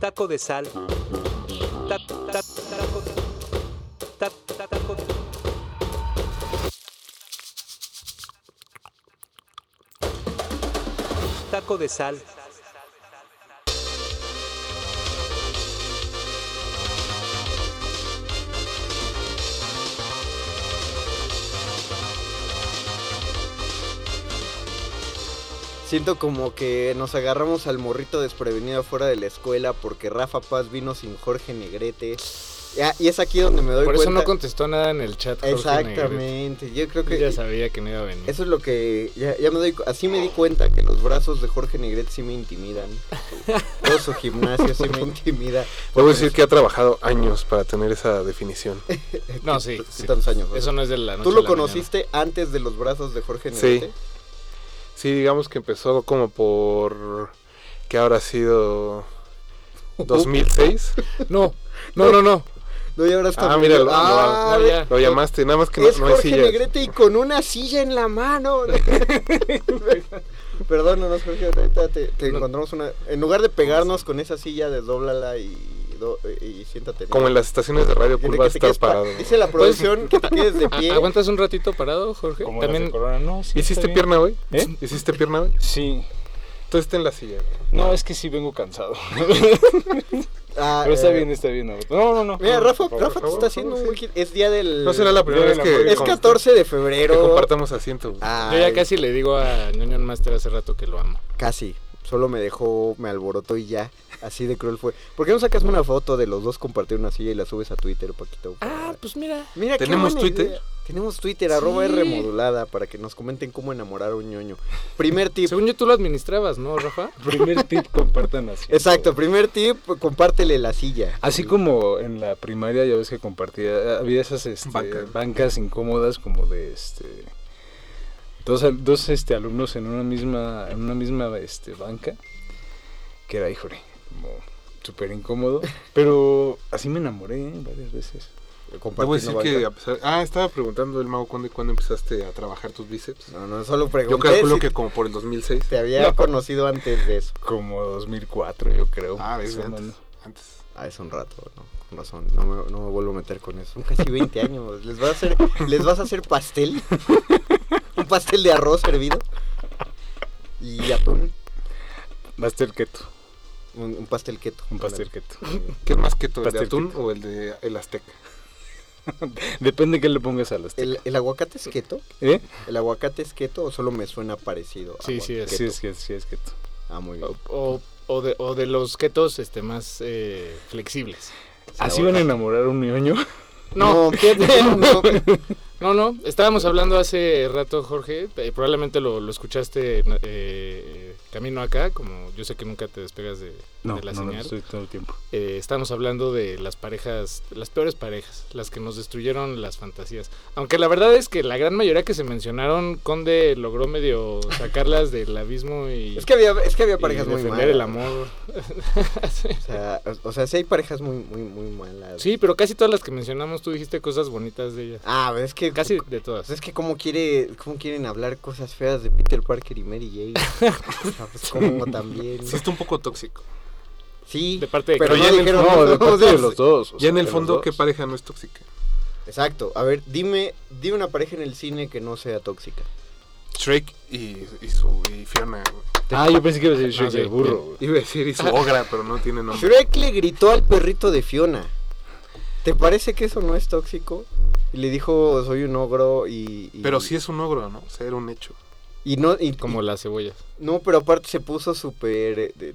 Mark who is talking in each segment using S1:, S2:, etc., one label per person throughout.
S1: Taco de sal. Ta- ta- Taco ta- ta- taco- Taco de sal.
S2: Siento como que nos agarramos al morrito desprevenido afuera de la escuela porque Rafa Paz vino sin Jorge Negrete. Ya, y es aquí donde me doy
S3: Por eso
S2: cuenta.
S3: no contestó nada en el chat. Jorge Negrete.
S2: Exactamente. Yo creo que
S3: Yo ya sabía que no iba a venir.
S2: eso es lo que ya, ya me doy cu- así me di cuenta que los brazos de Jorge Negrete sí me intimidan. Todo su gimnasio sí me intimida.
S4: Debo decir que ha trabajado años para tener esa definición.
S3: No, sí.
S2: ¿Qué
S3: sí.
S2: tantos años?
S3: Eso no es de la noche.
S2: ¿Tú
S3: a
S2: lo
S3: la
S2: conociste antes de los brazos de Jorge
S4: Sí.
S2: Negrete?
S4: Sí, digamos que empezó como por que habrá sido 2006.
S3: mañana. No, no, no, no.
S2: No, y ahora está
S4: Ah,
S2: muy-
S4: mira, lo, lo-
S2: Ah,
S3: no, ya.
S4: lo llamaste, nada más que no,
S2: es
S4: no hay
S2: Jorge
S4: sillas.
S2: Negrete y con una silla en la mano. Perdónanos, Jorge, ahorita te, te
S3: No.
S2: encontramos una. En lugar de pegarnos con esa silla, desdóblala y, do- y siéntate.
S4: Como en las estaciones de radio
S2: Tiene
S4: Pur va a
S2: que te
S4: estar
S2: quedes pa-
S4: parado.
S2: Dice la producción que te quedes de
S3: ¿A-
S2: pie.
S3: ¿Aguantas un ratito parado, Jorge?
S5: Como las
S3: También.
S5: de Corona, no, sí,
S4: ¿Hiciste
S5: está bien.
S4: pierna hoy?
S5: ¿Eh?
S4: ¿Hiciste pierna hoy?
S5: Sí.
S4: Entonces está en la silla.
S5: No, es que sí vengo cansado.
S2: Ah,
S5: Pero está
S2: eh,
S5: bien, está bien. Naruto. No, no, no.
S2: Mira,
S5: No,
S2: Rafa,
S5: por favor.
S2: Rafa te
S4: favor,
S2: está
S4: por
S2: haciendo
S4: favor,
S2: un wiki- Es día del.
S4: No será la primera
S5: Yo
S4: vez
S5: la
S4: que,
S5: morí.
S2: Es
S4: com-
S2: 14 de
S4: que
S2: febrero.
S4: compartamos asiento.
S2: Ah,
S3: Yo ya
S2: Ay,
S3: casi le digo a Ñoño Master hace rato que lo amo.
S2: Casi. Solo me dejó, me alborotó y ya. Así de cruel fue. ¿Por qué no sacas una foto de los dos compartir una silla y la subes a Twitter, Paquito? Para-
S3: pues mira.
S2: Ah, Mira, qué
S4: Ah, ¿Tenemos
S2: buena
S4: Twitter?
S2: idea. Tenemos Twitter, arroba
S3: Sí.
S2: R modulada, para que nos comenten cómo enamorar a un ñoño. Primer tip.
S3: Según yo tú lo administrabas, ¿no, Rafa?
S5: Primer tip, compartan así.
S2: Exacto, primer tip, compártele la silla.
S5: Así como en la primaria ya ves que compartía, había esas este,
S4: Bancas.
S5: bancas incómodas como de este dos, al- dos este alumnos en una misma en una misma este banca que era híjole, como súper incómodo, pero así me enamoré ¿eh? varias veces.
S4: Debo
S2: Compartir
S4: decir
S2: no
S4: que,
S2: banca.
S4: a pesar- ah, estaba preguntando el mago cuándo, cuándo empezaste a trabajar tus bíceps.
S2: No, no, solo
S4: Yo
S2: pregunté
S4: calculo
S2: si
S4: que como por el 2006.
S2: te había
S5: No.
S2: conocido antes de eso.
S5: Como 2004, yo creo.
S4: Ah, ves,
S5: Más o
S4: antes,
S5: menos.
S4: antes.
S2: Ah, es un rato, ¿no? Con razón, no me, no me vuelvo a meter con eso. Son casi 20 años. ¿Les vas a hacer, ¿les vas a hacer pastel? ¿Un pastel de arroz hervido? Y atún.
S5: Pastel keto,
S2: Un, un pastel keto.
S5: un pastel keto.
S4: ¿Qué es más keto, el de
S5: Pastel
S4: atún
S5: keto.
S4: o el de el azteca?
S5: Depende que le pongas a las
S2: ¿El, ¿El aguacate es keto?
S5: ¿Eh?
S2: ¿El aguacate es keto o solo me suena parecido? a
S3: Sí, sí,
S2: aguacate?
S5: Sí es que sí es keto. Oh,
S2: Ah, muy bien.
S3: O, o- o de, o de los ketos este, más eh, flexibles.
S5: Así van a enamorar a un ñoño.
S3: No,
S2: ¿qué? No.
S3: no, no. Estábamos hablando hace rato, Jorge. eh, probablemente lo, lo escuchaste eh, camino acá, como yo sé que nunca te despegas de, de la señal.
S5: estoy todo el tiempo.
S3: Eh, estamos hablando de las parejas, las peores parejas, las que nos destruyeron las fantasías. Aunque la verdad es que la gran mayoría que se mencionaron, Conde logró medio sacarlas del abismo y,
S2: Es que había, es que había
S3: y
S2: parejas muy
S3: defender
S2: malas.
S3: el amor.
S2: O sea, o, o sea, sí hay parejas muy, muy, muy malas.
S3: Sí, pero casi todas las que mencionamos tú dijiste cosas bonitas de ellas.
S2: Ah, pero es que.
S3: Casi de
S2: Pues
S3: todas.
S2: es que cómo quiere, cómo quieren hablar cosas feas de Peter Parker y Mary Jane. O sea, pues cómo también.
S4: Sí, está un poco tóxico.
S2: Sí.
S3: De parte de
S2: Pero
S3: Conde.
S2: ya
S5: en el-
S2: dijeron,
S5: no,
S2: no,
S5: de parte
S2: no,
S5: de los dos. o
S2: Pues
S4: ya
S5: sea,
S4: en el
S5: de los
S4: fondo,
S5: dos.
S4: ¿qué pareja no es tóxica?
S2: Exacto. A ver, dime, dime una pareja en el cine que no sea tóxica.
S4: Shrek y, y su y Fiona. güey.
S5: Ah, yo pensé que iba a decir
S3: No, sí,
S5: el burro. güey.
S4: Iba a decir y su ogra, pero no tiene nombre.
S2: Shrek le gritó al perrito de Fiona. ¿Te parece que eso no es tóxico? Y le dijo, soy un ogro y... y-
S4: Pero sí es un ogro, ¿no? O sea, era un hecho.
S2: Y no, y,
S3: Como las cebollas.
S2: No, pero aparte se puso súper eh, de-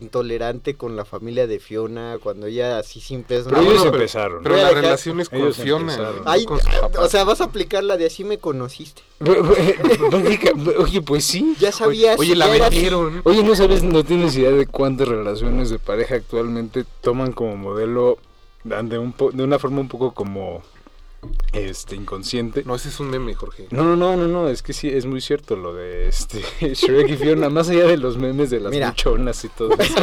S2: intolerante con la familia de Fiona cuando ella así sin peso.
S5: Pero
S4: Ah,
S5: ellos
S4: bueno, pero-
S5: empezaron.
S4: Pero
S2: Voy a
S4: la
S2: dejar-
S4: relación es con
S5: Ellos
S4: Fiona.
S5: empezaron.
S4: no
S2: Ay,
S4: con sus
S2: ah,
S4: papás.
S2: o sea, vas a aplicar la de así me conociste.
S5: Oye, pues sí.
S2: Ya sabías.
S4: Oye, la
S2: ya eras-
S4: vendieron.
S5: Oye, no sabes, no tienes idea de cuántas relaciones de pareja actualmente toman como modelo dan de, un po- de una forma un poco como este inconsciente.
S4: No, ese es un meme, Jorge.
S5: No, no, no, no, no, es que sí, es muy cierto lo de este Shrek y Fiona, más allá de los memes de las
S2: Mira.
S5: luchonas y todo eso.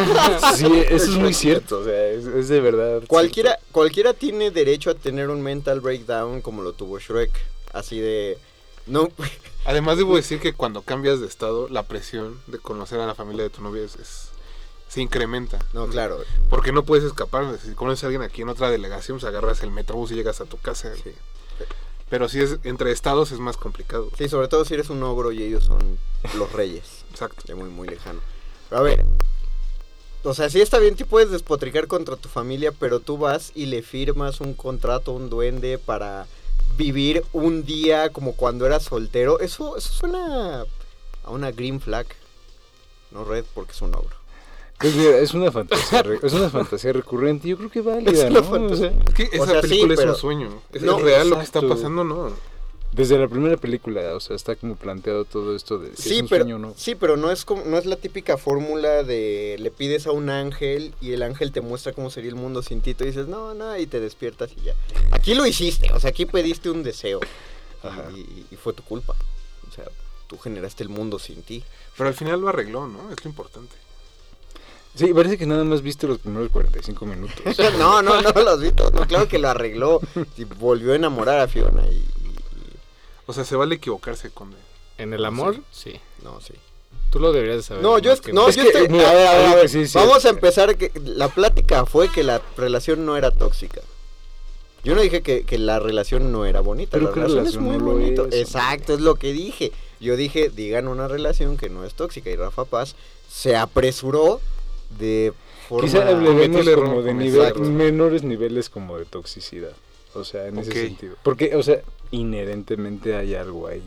S5: Sí, eso es muy cierto, o sea, es, es de verdad.
S2: Cualquiera, cualquiera tiene derecho a tener un mental breakdown como lo tuvo Shrek. Así de. No,
S4: Además, debo decir que cuando cambias de estado, la presión de conocer a la familia de tu novia es, es, se incrementa.
S2: No, claro.
S4: Porque no puedes escapar. Si conoces a alguien aquí en otra delegación, pues agarras el metrobús y llegas a tu casa.
S2: Sí.
S4: Pero si es entre estados es más complicado.
S2: Sí, sobre todo si eres un ogro y ellos son los reyes.
S4: Exacto.
S2: De muy, muy lejano. Pero a ver. O sea, sí está bien, tú puedes despotricar contra tu familia, pero tú vas y le firmas un contrato a un duende para vivir un día como cuando eras soltero. Eso, eso suena a una green flag. No red, porque es un ogro.
S5: Pues mira, es una fantasía, re- es una fantasía recurrente, yo creo que válida,
S2: Es una
S5: ¿no? O
S2: fantasía.
S5: sea,
S4: Es que esa
S2: sea, sí,
S4: película es
S2: pero-
S4: un sueño. Es
S2: No,
S4: es real lo que está
S5: exacto.
S4: pasando, no.
S5: desde la primera película, o sea, está como planteado todo esto de si
S2: sí,
S5: es un
S2: pero,
S5: sueño o no.
S2: sí, pero no es como, no es la típica fórmula de le pides a un ángel y el ángel te muestra cómo sería el mundo sin ti. Tú dices, no, no, y te despiertas y ya. Aquí lo hiciste, o sea, aquí pediste un deseo. y-
S5: Ajá.
S2: Y, y fue tu culpa. O sea, tú generaste el mundo sin ti.
S4: Pero al final lo arregló, ¿no? Es lo importante.
S5: Sí, parece que nada más viste los primeros 45 minutos.
S2: No, no, no lo has visto. No, claro que lo arregló. Y volvió a enamorar a Fiona y. y-
S4: O sea, se vale equivocarse, Conde.
S3: ¿En el amor? Sí.
S2: y- no, sí.
S3: Tú lo deberías de saber.
S2: No, yo,
S3: más
S2: est-
S3: que
S2: no,
S3: nada.
S5: Es
S2: yo
S5: que,
S2: estoy.
S5: mira,
S2: a ver, a ver, a
S5: algo
S2: ver,
S5: que sí es
S2: Vamos a
S5: cierto.
S2: empezar. Que la plática fue que la relación no era tóxica. Yo no dije que, que la relación no era bonita.
S5: Pero
S2: la
S5: ¿qué
S2: relación es
S5: relación
S2: muy
S5: no lo
S2: bonito.
S5: es,
S2: Exacto, es lo que dije. Yo dije, digan una relación que no es tóxica. Y Rafa Paz se apresuró de forma.
S5: Quizá hablaremos
S4: Cometí el
S5: como
S4: error,
S5: de
S4: cometí
S2: el
S5: nivel-
S2: error.
S5: menores niveles como de toxicidad. O sea, en
S4: Ok.
S5: ese sentido. Porque, o sea, inherentemente hay algo ahí.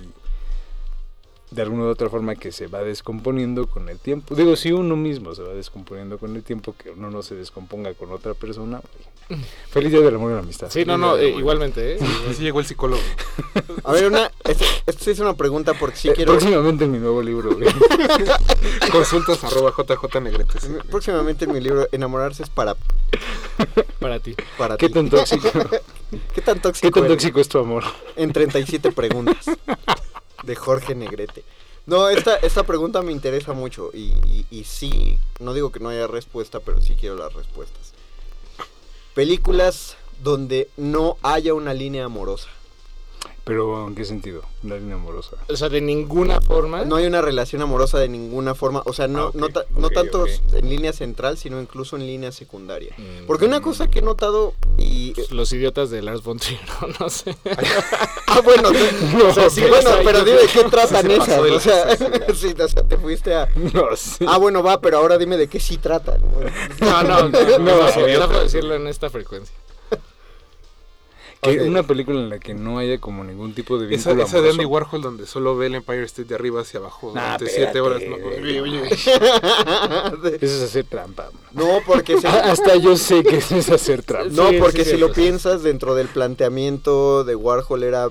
S5: De alguna u otra forma que se va descomponiendo con el tiempo. Digo, si uno mismo se va descomponiendo con el tiempo, que uno no se descomponga con otra persona. güey. Feliz día del amor y la amistad.
S3: Sí, no, no, eh, igualmente, ¿eh?
S4: Así llegó el psicólogo.
S2: A ver, una. Esto esto sí es una pregunta porque sí
S5: Eh,
S2: quiero.
S5: Próximamente en mi nuevo libro. güey.
S4: Consultas arroba JJ Negrete. sí.
S2: Próximamente en mi libro, Enamorarse es para,
S3: Para ti.
S2: para
S5: ¿Qué
S2: ti.
S5: tan tóxico?
S2: ¿Qué tan tóxico?
S5: ¿Qué tan
S2: eres?
S5: tóxico es tu amor?
S2: en 37 preguntas de Jorge Negrete. No, esta, esta pregunta me interesa mucho y, y- y sí, no digo que no haya respuesta, pero sí quiero las respuestas. Películas donde no haya una línea amorosa.
S5: Pero, ¿en qué sentido? Una línea amorosa.
S3: O sea, de ninguna forma.
S2: No hay una relación amorosa de ninguna forma, o sea, no,
S5: Ah, ok,
S2: no, ta- no
S5: ok,
S2: tanto
S5: ok.
S2: en línea central, sino incluso en línea secundaria.
S3: Mm,
S2: Porque una cosa que he notado y...
S3: Los idiotas de Lars von Trier, ¿no? no sé.
S2: Ah, bueno, sí, o sea, sí,
S3: ok,
S2: bueno,
S3: o sea,
S2: pero
S3: yo-
S2: dime, ¿qué tratan
S4: se
S2: esas?
S4: pasó de
S2: O sea,
S4: lanza,
S2: sí, o sea, te fuiste a...
S5: No sé.
S2: Ah, bueno, va, pero ahora dime de qué sí trata.
S3: No, no, no, no,
S5: No,
S3: sería
S5: idiota.
S3: para decirlo en esta frecuencia.
S5: Que
S2: Ok.
S5: Una película en la que no haya como ningún tipo de
S4: Esa,
S5: vínculo
S4: esa de
S5: amoroso.
S4: Andy Warhol donde solo ve el Empire State de arriba hacia abajo
S5: Nah,
S4: durante
S5: espérate,
S4: siete horas. ¿no?
S5: güey.
S4: Oye, oye,
S5: Eso es hacer trampa. man.
S2: No, porque se-
S5: Ah, Hasta yo sé que eso es hacer trampa.
S2: no,
S3: sí,
S2: porque
S3: sí,
S2: si lo
S3: sí.
S2: piensas dentro del planteamiento de Warhol era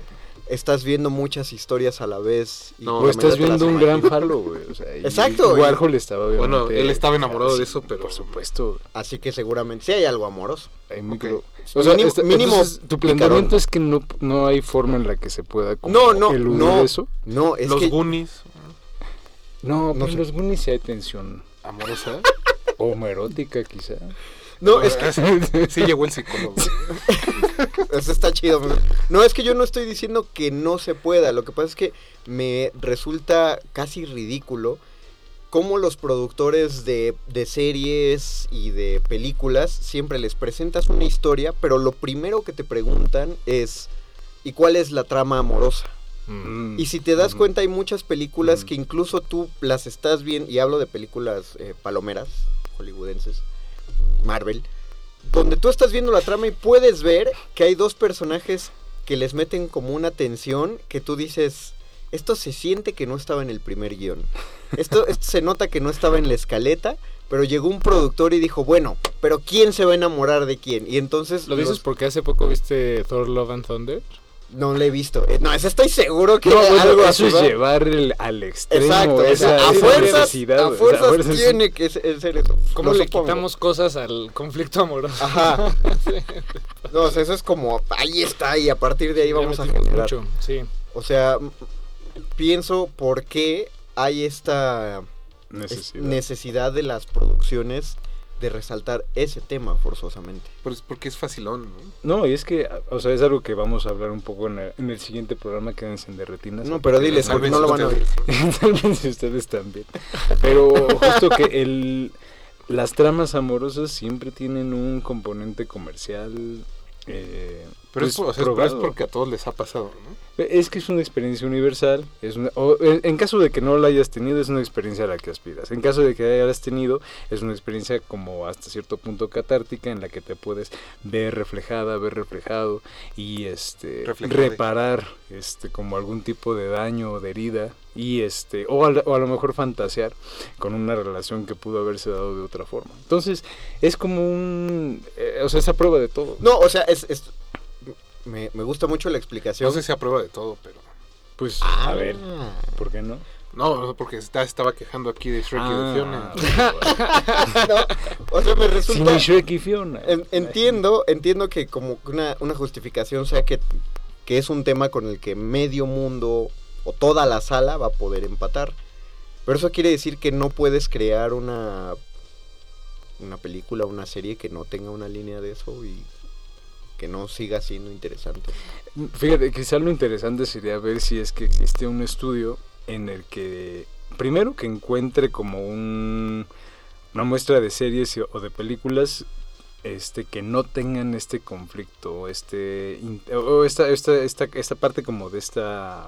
S2: estás viendo muchas historias a la vez y
S4: No,
S5: o estás
S2: obviamente te las
S5: viendo un gran
S2: imaginas.
S5: falo, güey. o sea, y
S2: Exacto, güey.
S5: Warhol estaba
S4: Bueno,
S5: obviamente-
S4: él estaba enamorado de
S5: Sí,
S4: eso, pero-
S5: Por supuesto.
S2: Así que seguramente sí hay algo amoroso.
S5: Hay micro...
S2: O sea, mínimo, mínimo
S5: entonces, tu
S2: picarón.
S5: planteamiento es que no, no hay forma en la que se pueda como
S2: No, no,
S5: eludir
S2: no.
S5: eso.
S2: No, es
S4: Los
S2: que
S4: Goonies.
S5: No,
S2: No
S5: pero
S2: sé.
S5: en los Goonies sí hay tensión
S4: Amorosa.
S5: homoerótica quizá.
S2: no, es que
S4: Sí llegó el psicólogo.
S2: Eso está chido. No, es que yo no estoy diciendo que no se pueda. Lo que pasa es que me resulta casi ridículo cómo los productores de, de series y de películas siempre les presentas una historia, pero lo primero que te preguntan es ¿y cuál es la trama amorosa?
S3: Mm.
S5: Mm.
S2: Y si te das
S5: Mm.
S2: cuenta hay muchas películas
S5: Ujú.
S2: que incluso tú las estás viendo, y hablo de películas eh, palomeras, hollywoodenses, Marvel, donde tú estás viendo la trama y puedes ver que hay dos personajes que les meten como una tensión que tú dices, esto se siente que no estaba en el primer guión. Esto, esto se nota que no estaba en la escaleta, pero llegó un productor y dijo, bueno, pero ¿quién se va a enamorar de quién? Y entonces...
S3: ¿Lo dices
S2: los-
S3: porque hace poco viste Thor Love and Thunder?
S2: No lo he visto. Eh, No, eso estoy seguro que
S5: No, bueno,
S2: algo
S5: eso
S2: así
S5: es
S2: va.
S5: llevar el- al extremo
S2: Exacto, o sea,
S5: esa,
S2: a,
S5: esa
S2: fuerzas,
S5: necesidad,
S2: a
S5: o sea,
S2: fuerzas
S5: fuerzas-
S2: tiene que ser ser eso.
S3: ¿Cómo
S2: Lo
S3: le
S2: supongo.
S3: quitamos cosas al conflicto amoroso?
S2: Ajá. No, o sea, eso es como, ahí está, y a partir de ahí
S3: Le
S2: vamos a
S3: metimos
S2: generar.
S3: mucho, sí.
S2: O sea, m- pienso por qué hay esta es-
S5: necesidad.
S2: necesidad de las producciones de resaltar ese tema forzosamente.
S4: Pero es porque es facilón, ¿no?
S5: No, y es que, o sea, es algo que vamos a hablar un poco en el, en el siguiente programa, quédense en Derretinas.
S2: No, pero diles,
S4: Tal
S2: porque
S4: vez
S2: no lo van a
S4: ustedes-
S2: oír.
S5: Tal vez ustedes también. Pero justo que el... las tramas amorosas siempre tienen un componente comercial. eh,
S4: Pero es,
S5: pues,
S4: por- o sea, es- pero es
S5: probado.
S4: porque a todos les ha pasado, ¿no?
S5: Es que es una experiencia universal. Es una- o, en en caso de que no la hayas tenido, es una experiencia a la que aspiras. En caso de que la hayas tenido, es una experiencia como hasta cierto punto catártica en la que te puedes ver reflejada, ver reflejado y este
S4: Reflejar, de
S5: reparar este como algún tipo de daño o de herida y este o a, la- o a lo mejor fantasear con una relación que pudo haberse dado de otra forma. Entonces, es como un eh, o sea, esa prueba de todo.
S2: No, o sea, es... es- me, me gusta mucho la explicación.
S4: No sé si a prueba de todo, pero...
S5: Pues
S2: Ah.
S5: a ver, ¿por qué no?
S4: No, no, porque está, estaba quejando aquí de Shrek
S5: Ah.
S4: y de Fiona.
S2: O sea, me
S5: Sin
S2: resulta...
S5: Shrek y Fiona.
S2: en- entiendo, entiendo que como que una, una justificación sea que, que es un tema con el que medio mundo o toda la sala va a poder empatar. Pero eso quiere decir que no puedes crear una una película, una serie que no tenga una línea de eso y que no siga siendo interesante.
S5: Fíjate, quizás lo interesante sería ver si es que existe un estudio en el que, primero que encuentre como un, una muestra de series y- o de películas este, que no tengan este conflicto, este, in- o esta, esta, esta, esta parte como de esta...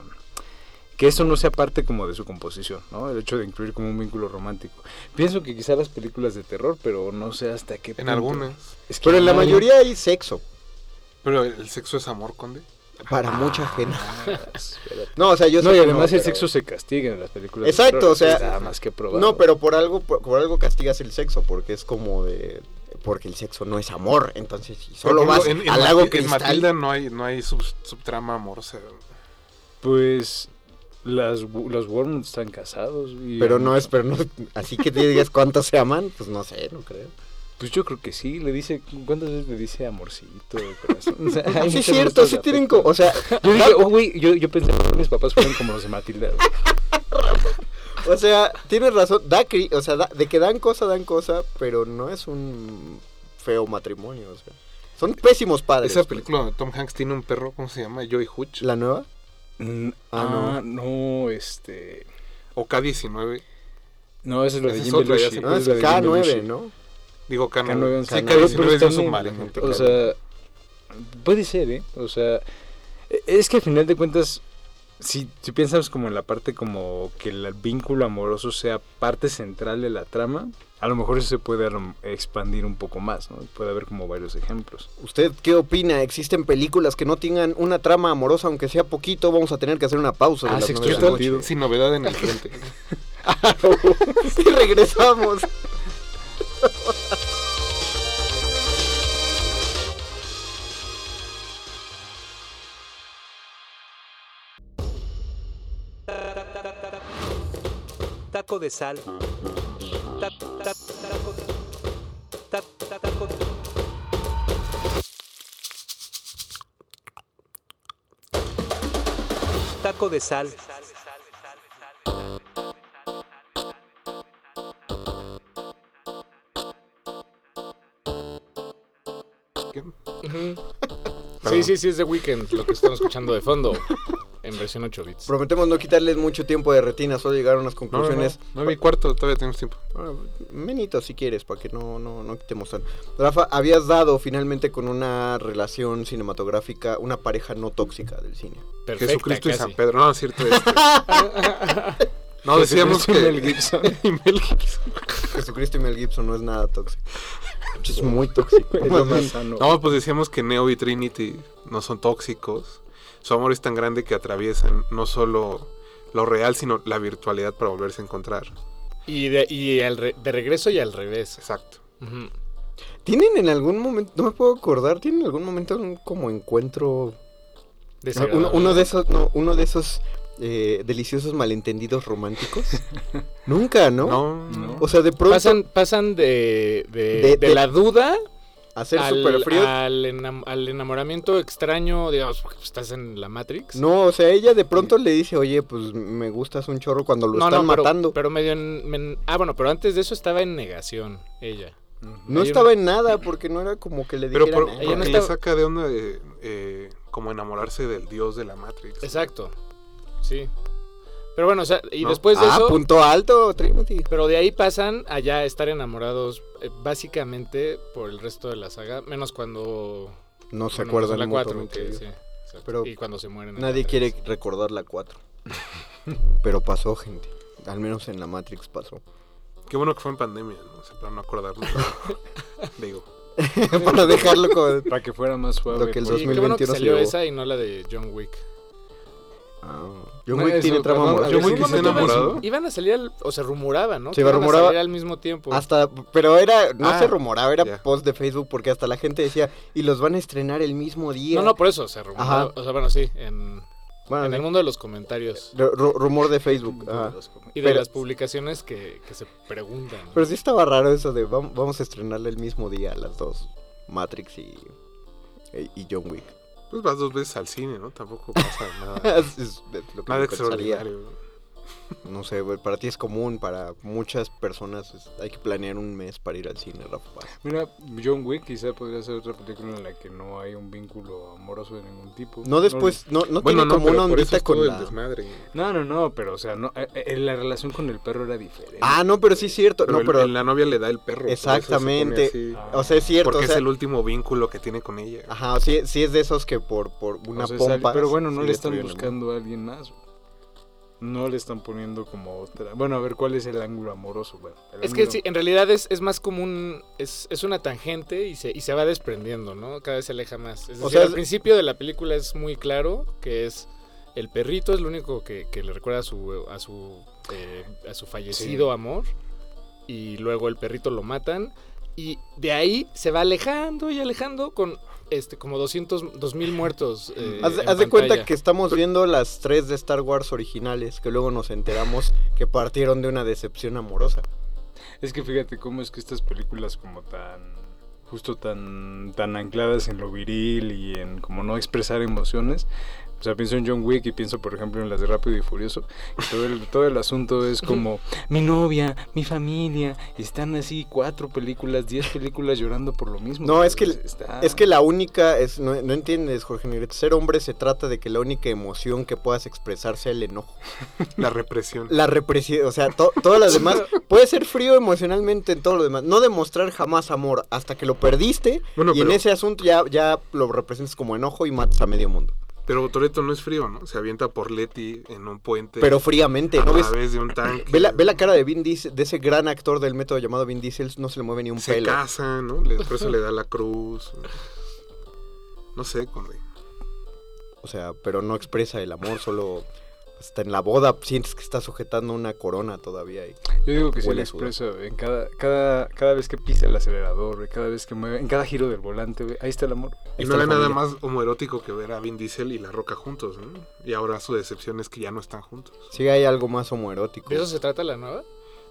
S5: Que eso no sea parte como de su composición, ¿no? El hecho de incluir como un vínculo romántico. Pienso que quizás las películas de terror, pero no sé hasta qué
S4: En
S5: punto.
S4: algunas.
S5: Es que
S2: Pero en la
S5: no-
S2: mayoría hay sexo
S4: Pero el sexo es amor, Conde.
S2: para mucha gente.
S5: Espérate.
S2: No, o sea, yo
S5: Ah. no,
S2: sé
S5: y
S2: que
S5: además el
S2: pero-
S5: sexo se castiga en las películas.
S2: Exacto,
S5: de
S2: o sea,
S5: es Nada más que probado.
S2: No, pero por algo por, por algo castigas el sexo porque es como de porque el sexo no es amor, entonces si solo
S4: Por
S2: vas
S4: ejemplo, en- en
S2: al
S4: Mati-
S2: lago
S4: En
S2: cristal.
S4: Matilda no hay, no hay sub- subtrama amorosa.
S5: Pues. Las, wo- los Wormwood están casados. y-
S2: Pero no es, pero no, así que te digas cuántos se aman, pues no sé, no creo.
S5: Pues yo creo que sí. Le dice. ¿Cuántas veces le dice amorcito? de corazón? O sea, hay
S2: sí es
S5: muchas
S2: cierto,
S5: muestras
S2: sí
S5: de
S2: tienen
S5: afecto.
S2: como, o sea,
S5: Yo dije, oh, güey. Yo, yo pensé que mis papás fueron como los de Matilda. güey.
S2: o sea, tienes razón, da cri- o sea, da- de que dan cosa, dan cosa, pero no es un feo matrimonio, o sea. Son pésimos padres.
S4: Esa película donde Tom Hanks tiene un perro, ¿cómo se llama? Joy Hutch.
S2: la nueva?
S5: Mm,
S2: Ah,
S5: ah, no. Este.
S4: O K-19.
S5: No, esa es la de
S4: Esa es
S5: Jim
S4: otra, ya
S5: Belushi.
S4: sé
S2: No,
S5: esa
S2: Ah, es
S5: la de Jim Belushi.
S2: K9, ¿no?
S4: Digo K-9.
S5: K9,
S4: Sí,
S5: K9, pero
S4: K-19 es
S5: están
S4: un
S5: en-
S4: submarino.
S5: O sea, puede ser, ¿eh? O sea, e- es que al final de cuentas, si, si piensas como en la parte como que el vínculo amoroso sea parte central de la trama, a lo mejor eso se puede a lo- expandir un poco más, ¿no? Puede haber como varios ejemplos.
S2: ¿Usted qué opina? ¿Existen películas que no tengan una trama amorosa, aunque sea poquito? Vamos a tener que hacer una pausa. de
S5: Ah,
S2: las
S5: Sexto
S2: nueve de la
S5: Sentido.
S2: noche.
S5: sentido.
S4: Sin novedad en el frente.
S2: Y regresamos.
S1: Taco de sal. Ta- ta- Taco ta- ta- taco- Taco de sal.
S3: Sí, sí, sí, es The Weeknd, lo que estamos escuchando de fondo. En versión 8 bits.
S2: Prometemos no quitarles mucho tiempo de retina, solo llegar a unas
S4: No, no, no,
S2: conclusiones.
S4: Nueve y cuarto, todavía tenemos tiempo.
S2: Bueno, menito si quieres, para que no, no, no quitemos tanto. Rafa, habías dado finalmente con una relación cinematográfica, una pareja no tóxica del cine.
S3: Perfecta,
S4: Jesucristo y
S3: casi.
S4: San Pedro. No, es cierto. este. no, decíamos que...
S5: Jesucristo y Mel Gibson.
S4: y Mel Gibson.
S2: Jesucristo y Mel Gibson no es nada tóxico. Es muy tóxico.
S5: Es lo más sano.
S4: No, pues decíamos que Neo y Trinity no son tóxicos. Su amor es tan grande que atraviesan no solo lo real, sino la virtualidad para volverse a encontrar.
S3: Y, de, y al re- de regreso y al revés.
S4: Exacto.
S3: Ujú.
S2: ¿Tienen en algún momento, no me puedo acordar, tienen en algún momento un como encuentro
S3: Desagradable.
S2: Uno, uno de esos, no, uno de esos eh, deliciosos malentendidos románticos. Nunca, ¿no?
S4: No,
S5: No.
S2: O sea, de pronto
S3: pasan, pasan de, de,
S2: De-
S3: de
S2: de-
S3: la duda
S2: hacer
S3: al,
S2: super frío.
S3: al enam- al enamoramiento extraño, digamos, porque estás en la Matrix.
S2: No, o sea, ella de pronto le dice, oye, pues me gustas un chorro cuando lo están
S3: pero,
S2: matando.
S3: Pero medio en, men- Ah, bueno, pero antes de eso estaba en negación ella.
S2: no
S3: hay
S2: estaba en nada porque no era como que le
S4: Pero
S2: dijeran.
S4: por,
S2: "Ah,
S4: porque
S3: ella no
S4: le
S3: estaba-
S4: saca de onda eh, eh, como enamorarse del dios de la Matrix.
S3: Exacto. Sí. Pero bueno, o sea, y
S4: ¿No?
S3: después de
S2: ah,
S3: eso.
S2: punto alto, Trinity.
S3: Pero de ahí pasan a ya estar enamorados eh, básicamente por el resto de la saga, menos cuando...
S2: No se
S3: bueno, pues
S2: acuerdan
S3: la
S2: mutuamente.
S3: 4, que
S2: ellos.
S3: sí, exacto.
S2: Pero
S3: y cuando se mueren. en la
S2: Nadie
S3: tres.
S2: quiere recordar la 4. Pero pasó, gente. Al menos en la Matrix pasó.
S4: Qué bueno que fue en pandemia, ¿no? O sea, para no acordarnos. Digo.
S2: Para dejarlo con...
S5: Para que fuera más suave. pues.
S2: Lo que el
S5: por-
S3: Sí, qué bueno
S2: 2021
S3: que
S2: se
S3: salió
S2: llevó.
S3: esa y no la de John Wick.
S2: Ah, John
S5: No,
S2: Wick
S5: eso,
S2: tiene trama
S5: perdón,
S2: moral.
S4: John
S5: Sí,
S4: Wick
S5: que
S4: está
S5: se enamoró.
S4: enamorado.
S3: Iban a salir, al, o se rumoraba, ¿no?
S2: Se
S3: Que iban a
S2: rumoraba-
S3: salir al mismo tiempo.
S2: Hasta, pero era, no
S4: Ah,
S2: se rumoraba, era
S4: ya.
S2: post de Facebook porque hasta la gente decía, y los van a estrenar el mismo día.
S3: No,
S4: pues,
S3: no, por eso se rumoraba.
S2: Ajá. Ah,
S3: O sea, bueno, sí, en,
S2: Bueno,
S3: en el mundo de los comentarios
S2: ru- ru- rumor de Facebook. ah.
S3: y de
S2: Pero-
S3: las publicaciones que, que se preguntan. ¿no?
S2: Pero sí estaba raro eso de vam- vamos a estrenarla el mismo día, las dos, Matrix y, e, y- y John Wick.
S4: Pues vas dos veces al cine, ¿no? Tampoco pasa nada.
S2: es, es lo que
S4: Nada
S2: yo pensaría.
S4: extraordinario.
S2: No sé, güey, para ti es común, para muchas personas es- hay que planear un mes para ir al cine, Rafa.
S5: Mira, John Wick quizá podría ser otra película en la que no hay un vínculo amoroso de ningún tipo.
S2: No después, no, no
S4: Bueno,
S2: tiene
S4: no,
S2: como
S4: pero
S2: una
S4: por eso
S2: ondita
S4: estuvo
S2: con
S4: el
S2: la...
S4: desmadre.
S5: No, no, no, pero o sea, no, eh, eh, la relación con el perro era diferente.
S2: Ah, no, pero sí es cierto,
S4: Pero,
S2: no, pero...
S4: en la novia le da el perro. por eso se pone
S2: Exactamente.
S4: así.
S2: O sea, es cierto,
S4: porque
S2: o sea, Ah.
S4: es el último vínculo que tiene con ella.
S2: Ajá, sí, sí es de esos que por, por una
S5: O sea, sale-
S2: pompa...
S5: pero bueno, no
S2: sí
S5: le están
S2: destruyen el mundo.
S5: buscando a alguien más. güey. No le están poniendo como otra. Bueno, a ver cuál es el ángulo amoroso, güey. El
S3: Es que
S5: ángulo-
S3: sí, en realidad es, es más común, es, es una tangente y se, y se va desprendiendo, ¿no? Cada vez se aleja más. Es decir,
S2: sea,
S3: al
S2: es-
S3: principio de la película es muy claro que es el perrito, es lo único que, que le recuerda a su, a su, eh, a su fallecido amor. Y luego el perrito lo matan. Y de ahí se va alejando y alejando con este como 200, 2000 muertos. eh,
S2: Haz, de-
S3: en
S2: haz de cuenta
S3: pantalla.
S2: que estamos viendo las tres de Star Wars originales que luego nos enteramos que partieron de una decepción amorosa.
S5: Es que fíjate cómo es que estas películas como tan justo tan tan ancladas en lo viril y en como no expresar emociones. O sea, pienso en John Wick y pienso, por ejemplo, en las de Rápido y Furioso. que Todo el, todo el asunto es como mi novia, mi familia, están así cuatro películas, diez películas llorando por lo mismo.
S2: No, es que-
S5: está-
S2: Es que la única, es, no, no entiendes, Jorge Negrete, ser hombre se trata de que la única emoción que puedas expresar sea el enojo.
S4: La represión.
S2: La represión, o sea, to- todas las demás, puede ser frío emocionalmente en todo lo demás, no demostrar jamás amor hasta que lo perdiste
S4: Bueno,
S2: y
S4: pero,
S2: en ese asunto ya, ya lo representas como enojo y matas a medio mundo.
S4: pero Toreto no es frío, ¿no? Se avienta por Leti en un puente.
S2: Pero fríamente,
S4: a
S2: ¿no ves?
S4: través de un tanque.
S2: Ve la, ve la cara de Vin Diesel, de ese gran actor del método llamado Vin Diesel, no se le mueve ni un
S4: se
S2: pelo.
S4: casa, ¿no? Le- por eso le da la cruz. No sé, conde.
S2: O sea, pero no expresa el amor, solo hasta en la boda sientes que está sujetando una corona todavía. y-
S5: Yo digo que se
S2: Huele
S5: le
S2: a sudor.
S5: expresa güey, en cada, cada, cada vez que pisa el acelerador, güey, cada vez que mueve, en cada giro del volante, güey, ahí está el amor.
S2: ahí
S4: Y
S2: está
S4: no
S2: la
S4: hay nada
S2: familia.
S4: más homoerótico que ver a Vin Diesel y La Roca juntos, ¿no? Y ahora su decepción es que ya no están juntos.
S2: Sí, hay algo más homoerótico.
S3: ¿De eso se trata la nueva?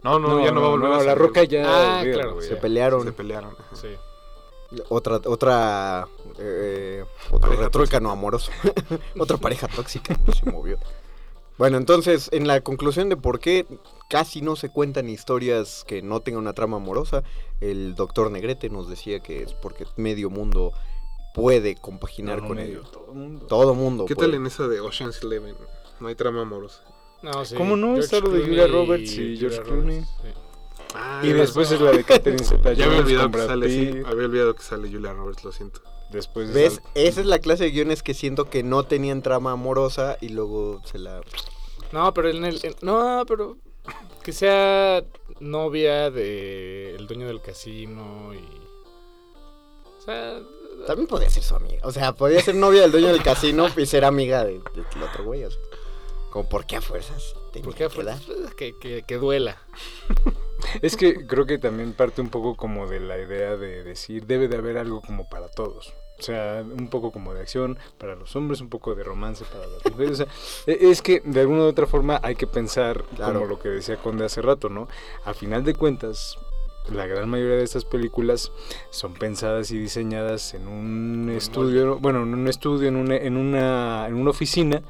S4: No, no, ya no, va a volver a
S5: la
S4: salir.
S5: roca ya.
S3: Ah,
S5: olvídalo,
S3: claro,
S5: güey.
S3: se
S2: Se pelearon.
S4: Se pelearon. ajá.
S3: Sí.
S2: Otra, otra, eh, otro
S4: Pareja
S2: retruécano amoroso. otra pareja tóxica que se movió. Bueno, entonces, en la conclusión de por qué casi no se cuentan historias que no tengan una trama amorosa, el doctor Negrete nos decía que es porque medio mundo puede compaginar
S5: No,
S2: con
S5: medio
S2: ello.
S5: todo el mundo.
S2: Todo mundo.
S4: ¿Qué
S2: puede.
S4: tal en esa de Ocean's Eleven? No hay trama amorosa.
S3: No, sí.
S5: ¿Cómo no? Está lo de
S3: Clooney
S5: Julia Roberts y George
S3: Julia Roberts, sí.
S4: Ah,
S5: Y
S4: ya
S5: después es la de Catherine Zeta
S4: Ya había olvidado que sale así. Había olvidado que sale Julia Roberts, lo siento.
S5: Después
S2: ¿Ves?
S5: es
S2: Esa es la clase de guiones que siento que no tenían trama amorosa y luego se la...
S3: No, pero en el. en- no, pero. Que sea novia de el dueño del casino y. O sea.
S2: También podía ser su amiga. O sea, podía ser novia del dueño del casino y ser amiga de- del otro güey. O sea, como, ¿por qué a fuerzas? tenía
S3: ¿Por qué
S2: que
S3: fue? pues,
S2: dar?
S3: Que, que, que duela.
S5: al- Es que creo que también parte un poco como de la idea de decir, debe de haber algo como para todos. O sea, un poco como de acción para los hombres, un poco de romance para las mujeres. O sea, e- es que de alguna u otra forma hay que pensar
S2: Claro.
S5: como lo que decía Conde hace rato, ¿no? A final de cuentas, la gran mayoría de estas películas son pensadas y diseñadas en un estudio, bueno, en un estudio, en una, en una, en una oficina,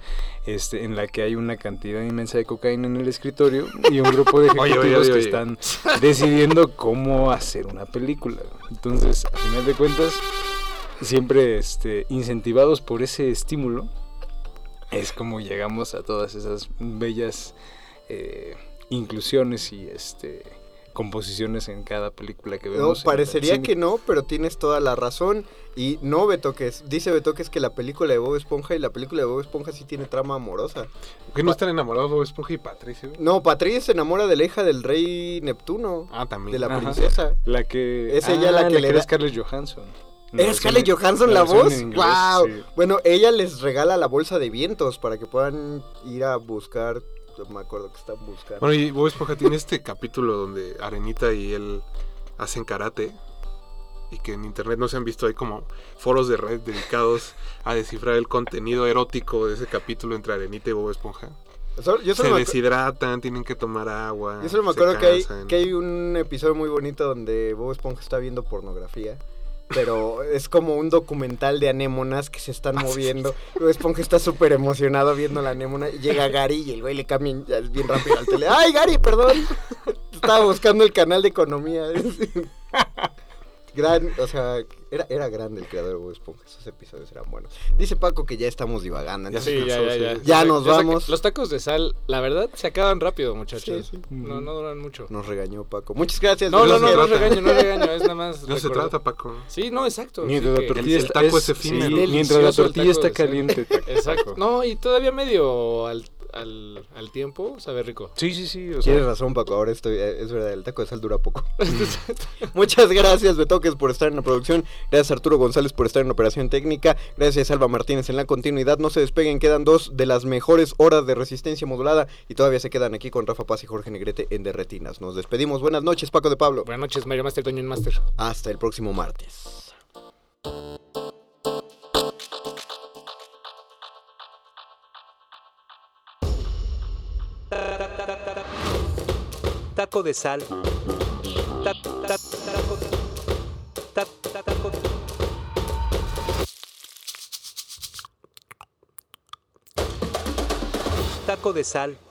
S5: este, en la que hay una cantidad inmensa de cocaína en el escritorio y un grupo de
S4: Oye,
S5: ejecutivos
S4: oye, oye,
S5: que
S4: oye.
S5: están decidiendo cómo hacer una película. Entonces, a final de cuentas, siempre este, incentivados por ese estímulo, es como llegamos a todas esas bellas eh, inclusiones y este composiciones en cada película que
S2: No,
S5: vemos. en
S2: parecería
S5: el
S2: que
S5: cine.
S2: no, pero tienes toda la razón. Y no, Betoques. Dice Betoques que la película de Bob Esponja y la película de Bob Esponja sí tiene trama amorosa.
S4: Que no están enamorados Bob Esponja y Patricio.
S2: No, Patricia se enamora de la hija del rey Neptuno,
S4: Ah, también.
S2: de la
S5: Ajá.
S2: princesa.
S5: La que...
S2: Es ella la que le
S5: era
S2: da-
S5: Scarlett Johansson. La
S2: ¿Es Scarlett
S5: versión-
S2: Johansson la
S5: versión
S2: voz?
S5: en inglés,
S2: ¡Wow!
S5: sí.
S2: Bueno, ella les regala la bolsa de vientos para que puedan ir a buscar. yo Me acuerdo que están buscando.
S4: Bueno, y Bob Esponja tiene este capítulo donde Arenita y él hacen karate. Y que en internet no se han visto, hay como foros de red dedicados a descifrar el contenido erótico de ese capítulo entre Arenita y Bob Esponja.
S2: Solo- yo
S4: Se
S2: solo me, acu-
S4: deshidratan, tienen que tomar agua.
S2: yo solo me
S4: se
S2: acuerdo que hay,
S4: cansan.
S2: que hay un episodio muy bonito donde Bob Esponja está viendo pornografía. Pero es como un documental de anémonas que se están
S4: Ah,
S2: moviendo. Bob Esponja está súper emocionado viendo la anémona. y Llega Gary y el güey le cambia en- bien rápido al tele. ¡Ay, Gary, perdón! Estaba buscando el canal de economía. Gran, o sea, era, era grande el creador de Bob Esponja. Esos episodios eran buenos. Dice Paco que ya estamos divagando.
S4: Ya
S2: entonces-
S3: Sí, ya, ya, ya.
S4: Ya
S2: nos
S3: saqué-
S2: vamos.
S3: Los tacos de sal, la verdad, se acaban rápido, muchachos.
S2: pues, Sí, sí.
S3: No, no duran mucho.
S2: Nos regañó Paco. Muchas gracias.
S3: No,
S4: de
S3: no,
S4: eso
S3: no,
S4: se
S3: no
S4: trata.
S3: regaño, no regaño, es nada más.
S4: No se
S3: recordar.
S4: trata, Paco.
S3: Sí, no, exacto.
S5: Mientras
S3: sí
S5: la
S3: que-
S5: tortilla
S4: el
S5: está-
S4: taco es
S5: sí,
S4: efímero.
S5: Mientras la
S3: Delicioso el
S5: tortilla
S3: taco
S5: está
S3: de sal.
S5: caliente.
S3: Exacto.
S5: Paco.
S3: No, y todavía medio al, al, al tiempo, sabe rico.
S5: Sí, sí, sí. O sea,
S2: Tienes razón, Paco. Ahora estoy. eh, Es verdad, el taco de sal dura poco. Muchas gracias, Betoques, por estar en la producción. Gracias, Arturo González, por estar en operación técnica. Gracias, Alba Martínez, en la continuidad. No se despeguen, quedan dos de las mejores horas de resistencia modulada. Y todavía se quedan aquí con Rafa Paz y Jorge Negrete en Derretinas. Nos despedimos. Buenas noches, Paco de Pablo.
S3: Buenas noches, Mario Master, Toño en Master.
S2: Hasta el próximo martes.
S1: Taco de sal. Ta- ta- Taco. ta- ta- Taco. Taco de sal.